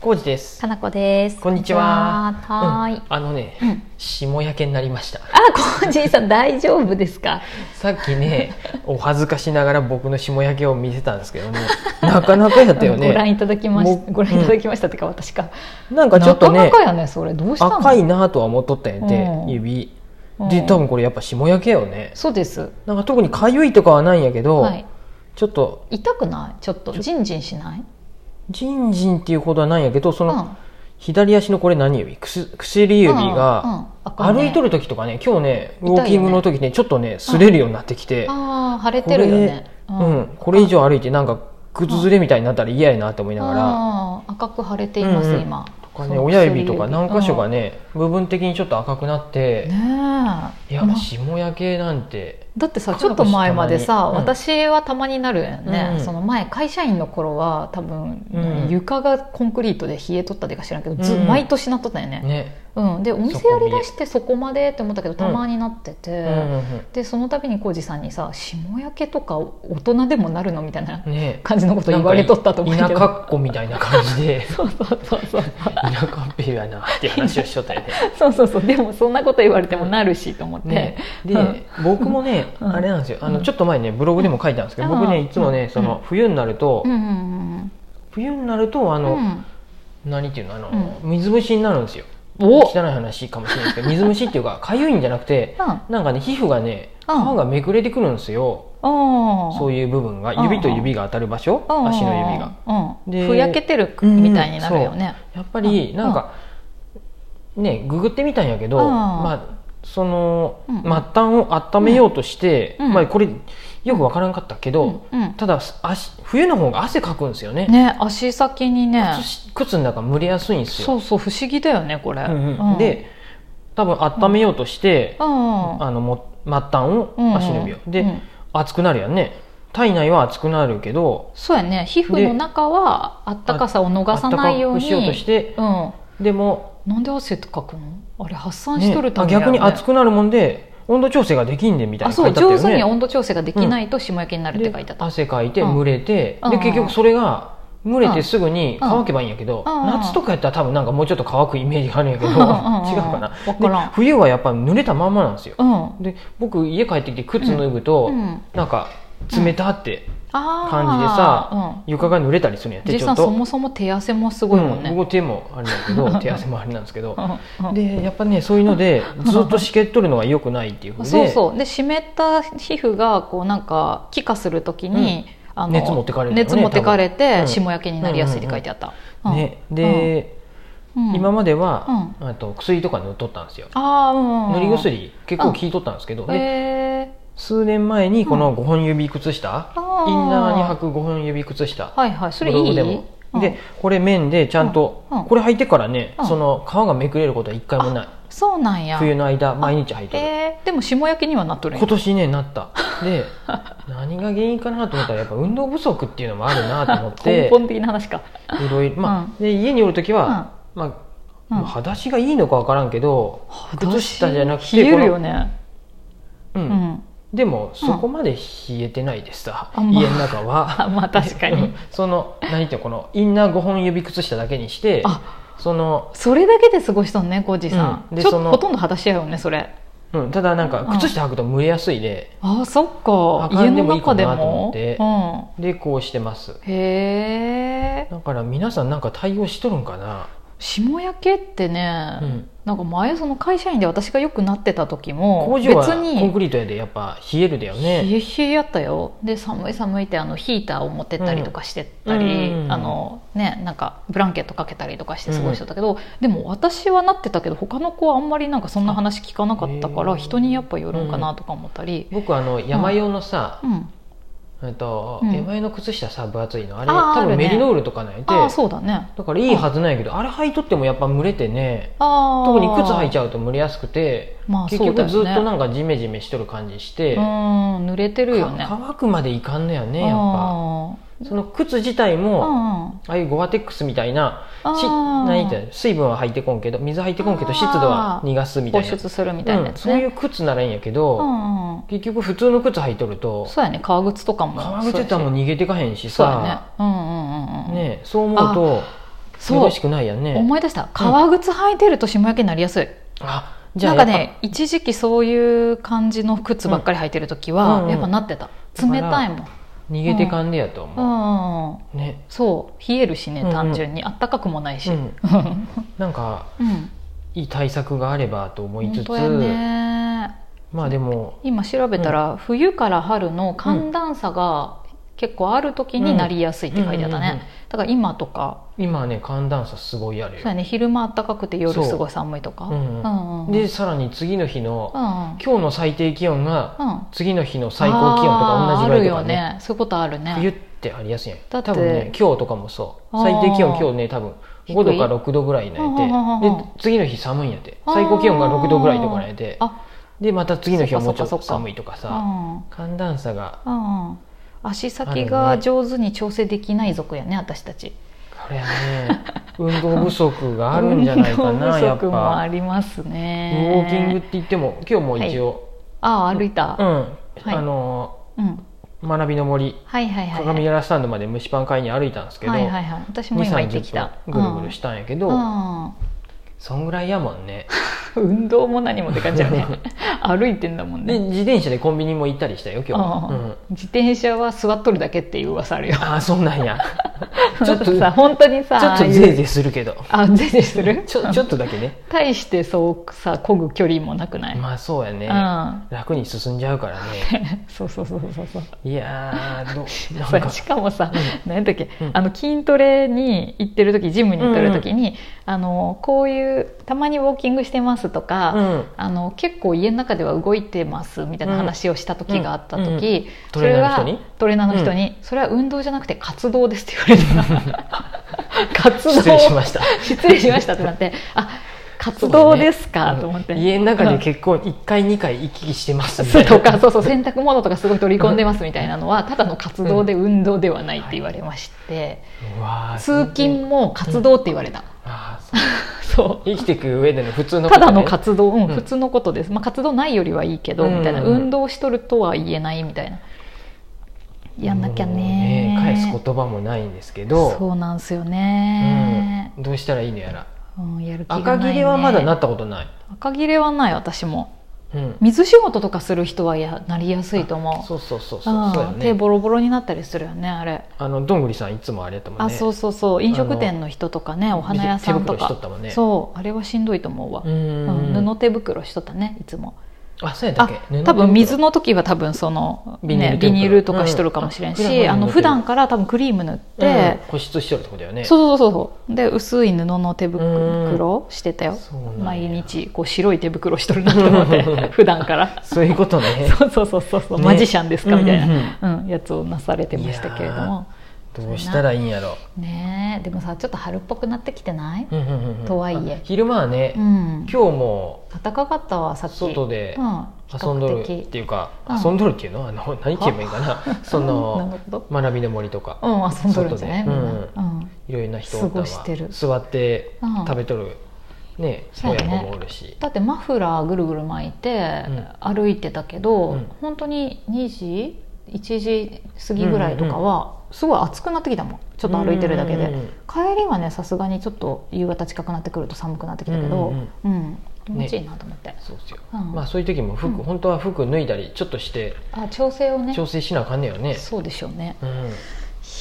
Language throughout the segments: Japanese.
コウジですか。なこです。こんにちは。こんにちははーうい。んあのね、うん霜焼けになりました。あ、こんじいさん、大丈夫ですか。さっき ね、お恥ずかしながら僕の霜焼けを見せたんですけどね、なかなかやったよご覧ね。いただきまし僕ご覧いただきましたってか、私か。なんかちょっとなねか、なかやね、それ、どうしたの。赤いなとは思っとったんやてうん、指。うんで、多分これやっぱ霜焼けよね。そうです。なんか特に痒いとかはないんやけど、はい。ちょっと、痛くない、ちょっと、ジンジンしない。ジンジンっていうほどはないんやけど、そうのん左足のこれ何指くす薬指うんうが、ん赤ね歩いとる時とかね、今日ね、ウォーキングの時ね、ちょっとね、擦れるようになってきて。ああ、腫れこれてるよね。うん、これ以上歩いてなんか靴ずれみたいになったら嫌やなって思いながら、あー赤く腫れていまうんす、うん今。とこれね、親指とか何箇所か。ね、部分的にちょっと赤くなって、ねえ。いや、ま霜焼けなんてだってさちょっと前までさ、彼女私はたまになるよね、うんその前会社員の頃は多分、うん床がコンクリートで冷えとったでか知らんけど、ずうん毎年なっとったよね、ね、うん、でお店やりだしてそこまでって思ったけどんたまになってて、うんうんでその度に浩二さんにさ「霜焼けとか大人でもなるの?」みたいなうん、ね感じのこと言われとったと思うけなんかど田舎っ子みたいな感じで そうそうそうそう田舎っぺやなっていう話をしとったよね そうそうそうでもそんなこと言われてもなるしと思って、ね、で、うん僕もね、うんあれなんですよあの、うんちょっと前ねブログでも書いたんですけど、うん僕ねいつもね、うんその冬になると、うんうん冬になるとあうんうの、ん何っていうのあの、水虫になるんですよお汚い話かもしれないですけど水虫っていうか痒いんじゃなくてうんなんかね皮膚がね皮うんがめくれてくるんですよあーそういう部分がうん指と指が当たる場所うん足の指がうんでふやけてるみたいになるよね、やっぱりうんなんかねググってみたんやけどうんまあそのうん末端を温めようとしてうんまあこれよくわからんかったけどうんうんただ足冬の方が汗かくんですよねね足先にね靴靴の中蒸れやすいんですよそうそう不思議だよねこれ、うんうんで多分温めようとしてうんうんあのも末端をうんうん足の指を、で、うん熱くなるやんね体内は熱くなるけどそうやね皮膚の中はあったかさを逃さないよ暖うかくにしようとしてうん、でも、なんで汗ってかくのあれ発散しねとるたあめや逆よねに熱くなるもんで温度調整ができんでみたいあなそう書いてあったよ上手にね温度調整ができないと霜焼けになるって書いてあっでた、汗かいてうん蒸れて、うんでうん結局それが蒸れてすぐにうん乾けばいいんやけど、うん夏とかやったら多分なんかもうちょっと乾くイメージがあるんやけど、うん違ううんかな、わからんで冬はやっぱ濡れたまんまなんですよ、うんで僕家帰ってきて靴脱ぐと、うんなんか冷たってあー感じでさ、う床が濡れたりするんやっん、てじいちょさっんそともそも手汗もすごいもんね、うん、僕手もあれなんだけ ど手汗もあれなんですけどうんうんでやっぱねそういうのでずっと湿気取るのが良くないっていうことで そうそうで湿った皮膚がこうなんか気化するときに、あの熱持ってかれるよね熱持ってかれ多て、分うん霜焼けになりやすいって書いてあった、うんね、で、うん今までは、うあと薬とか塗っとったんですよあーうんうん塗り薬結構うん効いとったんですけど、えでえ数年前にこの5本指靴下、あーインナーに履く5本指靴下はいはいそれいブログいでもうんでこれ面でちゃんと、うんうんこれ履いてからね、うんその皮がめくれることは一回もないあそうなんや冬の間毎日履いてる、えーでも霜焼けにはなっとるんや今年ねなったで 何が原因かなと思ったらやっぱ運動不足っていうのもあるなと思っ 根て本的な話かいろいろまあで家におる時は、まあ、うんまあ裸足がいいのかわからんけど靴下じゃなくて冷えるよねこのううんんでもそこまで冷えてないですさ、あまあ家の中はあまあ 確かう にんその何ていうのこのインナー5本指靴下だけにしてあその、それだけで過ごしとんねコージさうんん、でちょっそのとほとんど裸足やよねそれうん、ただなんかうん靴下履くと蒸れやすいで、あーそっか赤い家でのもいい中かでなと思もってうんでこうしてますへえだから皆さんなんか対応しとるんかな、霜焼けってね、うんなんか前その会社員で私がよくなってた時も工別場はコンクにリートやでやっぱ冷えるだよね冷え冷えやったよで寒い寒いってあのヒーターを持ってったりとかしてたり、うんあのねなんかブランケットかけたりとかして過ごしてたけど、でも私はなってたけど他の子はあんまりなんかそんな話聞かなかったかあへらえ人にやっぱよるんかなとか思ったり、僕あの山用のさ、うんえっとうん山用の靴下さ分厚いのあれあー多あ分るねメリノールとかないでああそうだねだからいいはずなんやけどあれ履いとってもやっぱ蒸れてねああ特に靴履いゃちゃうと蒸れやすくて、まあ結そうだよ局ねずっとなんかジメジメしとる感じして、うーん濡れてるよねか乾くまでいかんのよねやっぱあその靴自体ーも、うんああいうゴアテックスみたいなしあー何て言うの水分は入ってこんけど水入ってこんけどあー湿度は逃がすみたい放な出するみたいなやうんつそうね、いう靴ならいいんやけど、うんうん結局普通の靴履いとるとそうやね革靴とかも革靴やったらもそう逃げてかへんしうやしそうやねさうんうんうんうんねそう思うとそうよろしくないやんね思い出した革靴履いてると霜焼けになりやすい、あじゃなあんかね一時期そういう感じの靴ばっかり履いてる時は、うんうんやっぱなってたから冷たいもん逃げてかんでやとう思う、ん、ねそう冷えるしね、うんうん単純にあったかくもないし、ううんんなんかいい対策があればと思いつ本つ、当やねまあでも今調べたら、冬から春の寒暖差が結構ある時になりやすいって書いてあったね、うんうんうんうんだから今とか今ね寒暖差すごいあるそうよ、やね昼間暖かくて夜そうすごい寒いとかううんんうんでさらに次の日の、うんうん今日の最低気温がうん次の日の最高気温とか同じぐらいとかねあーあるよねそういうことあるね冬ってありやすいやんだって多分ね今日とかもそうあー最低気温今日ね多分低い5度か6度ぐらいになうんうんうんうれんてで次の日寒いんやて最高気温が6度ぐらいとかなれてあでまた次の日はもうちょっそっとかそっかそっか寒いとかさあ寒暖差がうんうん足先あがるね上手に調整できない族やね私たちこれはね運動不足があるんじゃないかな 運動やっ不足もあぱりますウォーキングっねて言っても今日も一応ああ歩いたう、んいあのうん学びの森はいはいはい鏡柄スタンドまで蒸しパン買いに歩いたんですけどはいはいはい私も今行ってき230た分ぐるぐるしたんやけど、うんそんぐらいやもんねうん運動も何もって感じよ ね歩いてんだもんでね自転車でコンビニも行ったりしたよ今日、うんうん自転車は座っとるだけっていう噂あるよああそうなん やちょっとちょさっ本当にさとぜいぜいするけどああいうあ全然するちょちょっとだけね対してそうさ漕ぐ距離もなくない、まあそうやね、楽に進んじゃうからねうん そうそうそうそうそういやーど なんさかしかもさ、何だっけ、うんあの筋トレに行ってる時ジムに行ってる時に、あのこういうたまにウォーキングしてますとか、うんあの結構家の中では動いてますみたいな話をした時があった時、うんうんトそレーれナーの人はにトレーナーの人に、それは運動じゃなくて活動ですって言わ れた活動失礼しました失礼しましたってなってあ活動ですか、と思って、うん家の中で結構1回2回行き来してますみた そういなとかそうそう洗濯物とかすごい取り込んでますみたいなのはただの活動で運動ではないって言われまして、うわー通勤も活動って言われた、あーそうそ生きていく上での普通うのたことねだの活動、うんうん普通のことです、まあ、活動ないよりはいいけど、うんみたいな運動しとるとは言えないみたいなやんなきゃねもうね返す言葉もないんですけどそうなんすよね、うん、どうしたらいいのやらうんやる気がない、ね、赤切れはまだなったことない、赤切れはない私もうん、水仕事とかする人はやなりやすいと思うそうそうそううそうんそうや手ねボロボロになったりするよねあれあのどんぐりさんいつもあれやったもんあねそうそうそう飲食店の人とかねお花屋さんと手袋しとかったもんねそうあれはしんどいと思うわう、んうん布手袋しとったねいつもあそうやったあっけ多分水のの時は多分そのビニールね手袋ビニールとかしとるかもしれんうんしああの普段から多分クリーム塗っでて固執してるってことだよねうそうそうそうそうで薄い布の手袋してたよそうなんや毎日こう白い手袋しとるなと思って 普段からそういうことね そうそうそうそうそうねマジシャンですかみたいうんなうんやつをなされてましたけれどいやもどうしたらいいんやろねえでもさちょっと春っぽくなってきてないうんうんうんうんとはいえあ昼間はね、うん今日も暖かかったわさっき外でうん、比遊んどる較っ的ていうか、うん遊んどるっていうの はあの何て言えばいいかな そ 何ののこと学びの森とか、うん遊んどるんじゃないみ外でんな、うんいろいろな人おったわ過ごしてる座ってうん食べとる、ねそうや親ね子もおるし、だってマフラーぐるぐる巻いて歩いてたけど、うん本当に2時1時過ぎぐらいとかはすごい暑くなってきたもんちょっと歩いてるだけで、うんうんうん帰りはねさすがにちょっと夕方近くなってくると寒くなってきたけど、ううんん気持ちいいなと思って、そうっすよ、うんまあそういう時も服、うん本当は服脱いだりちょっとしてあ調整をね調整しなあかんねよね、そうでしょうねうん、い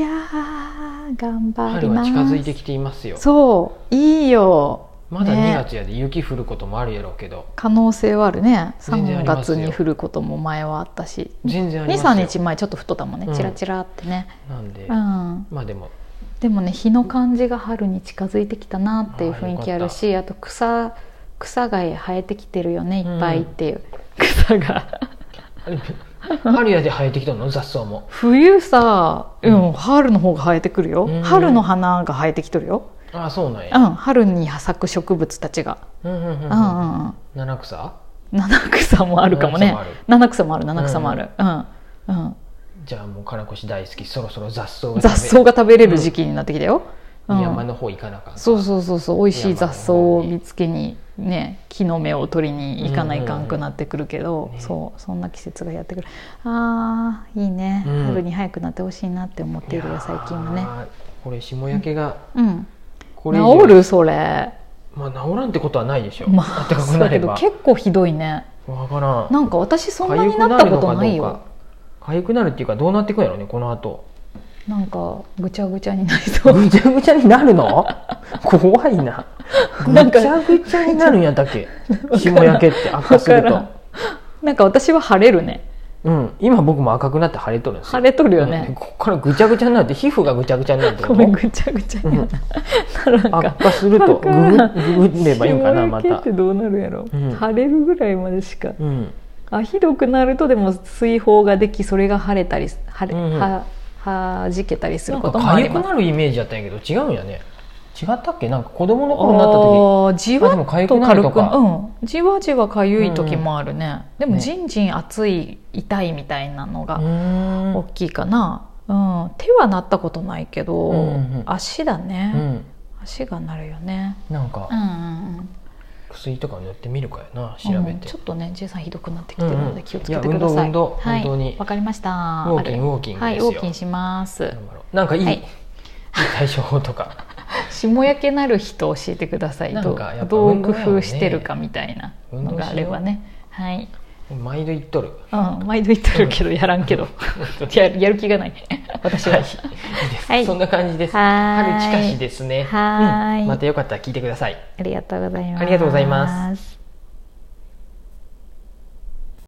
やー頑張春りまはす近づいてきていますよそういいよまだね2月やで雪降ることもあるやろうけど、可能性はあるね全然あ3りますよ月に降ることも前はあったし全然ありますよ23日前ちょっと太ったもんねうんチラチラってね、なんで、うんまあでもでもね日の感じが春に近づいてきたなっていう雰囲気あるしあと草草が生えてきてるよねいっぱいっていう、草 があれ春やで生えてきたの雑草も冬さ、ううんん、春の方が生えてくるよ、うん春の花が生えてきてるよ、ああそうなんうや、ん、春に咲く植物たちが、うんうんうんううんんうんうん、七草七草もあるかもね七草もある七草もあるうん、うんじゃあもう金越大好きそろそろ雑草が雑草が食べれる時期になってきたよ、うん山の方行かなあかんそうそうそうそう美味しい雑草を山の方に見つけにね木の芽を取りに行かないかんくなってくるけど、うんねそうそんな季節がやってくるあーいいね、うん春に早くなってほしいなって思っているよ最近はねいやーこれ霜焼けがうんこ以上治るそれまあ治らんってことはないでしょま暖あかくそなうだけれどば結構ひどいねわからんなんか私そんな痒にくなったことないるのよかどうか痒くなるっていうかどうなっていくんやろねこの後なんかぐちゃぐちゃになりそうぐちゃぐちゃになるの怖いなぐなんかちゃぐちゃになるんやったっけ霜焼けって悪化するわとかなんか私は晴れるねうん今僕も赤くなって腫れとるんですよ晴れとるよねうんここからぐちゃぐちゃになるって皮膚がぐちゃぐちゃになるってこごとめんぐちゃぐちゃになうん なな悪んか化するとわからんグググればいいんかな霜ま焼けたってどうなるやろ、うん晴れるぐらいまでしかうんあひどくなるとでも水泡ができそれが腫れたり晴れ、うんうんははじけたりすなるんこかともあり痒くますなるイメージだったんやけど違うんやね違ったっけなんか子供の頃になった時あーじわあでっも痒くとなる軽とくかうん、じわじわかゆい時もあるね、でもねじんじん熱い痛いみたいなのうがーん大きいかな、うん手はなったことないけど、うんうんうん足だね、うん足がなるよねなんかうんうんうん薬とか塗ってみるかやな調べうんてちょっとね、じいさんひどくなってきてるのうんうでん気をつけてくだいやさい。運動運動はい、本当にわかりました。ウウォーキングウォーキングはでい、すウよォーキングします。頑張ろうなんかいい,、はいい、い対処法とか 霜焼けなる人教えてください。なんどうかやっぱどう運動工やもんね夫してるかみたいなのがあればね。はい。毎度言っとるうん、毎度言ってるけどやらんけどややる気がない 私は。いいですはいそんな感じですはーい春近しですねはーいうんまたよかったら聞いてくださいありがとうございます。。ありがとうございます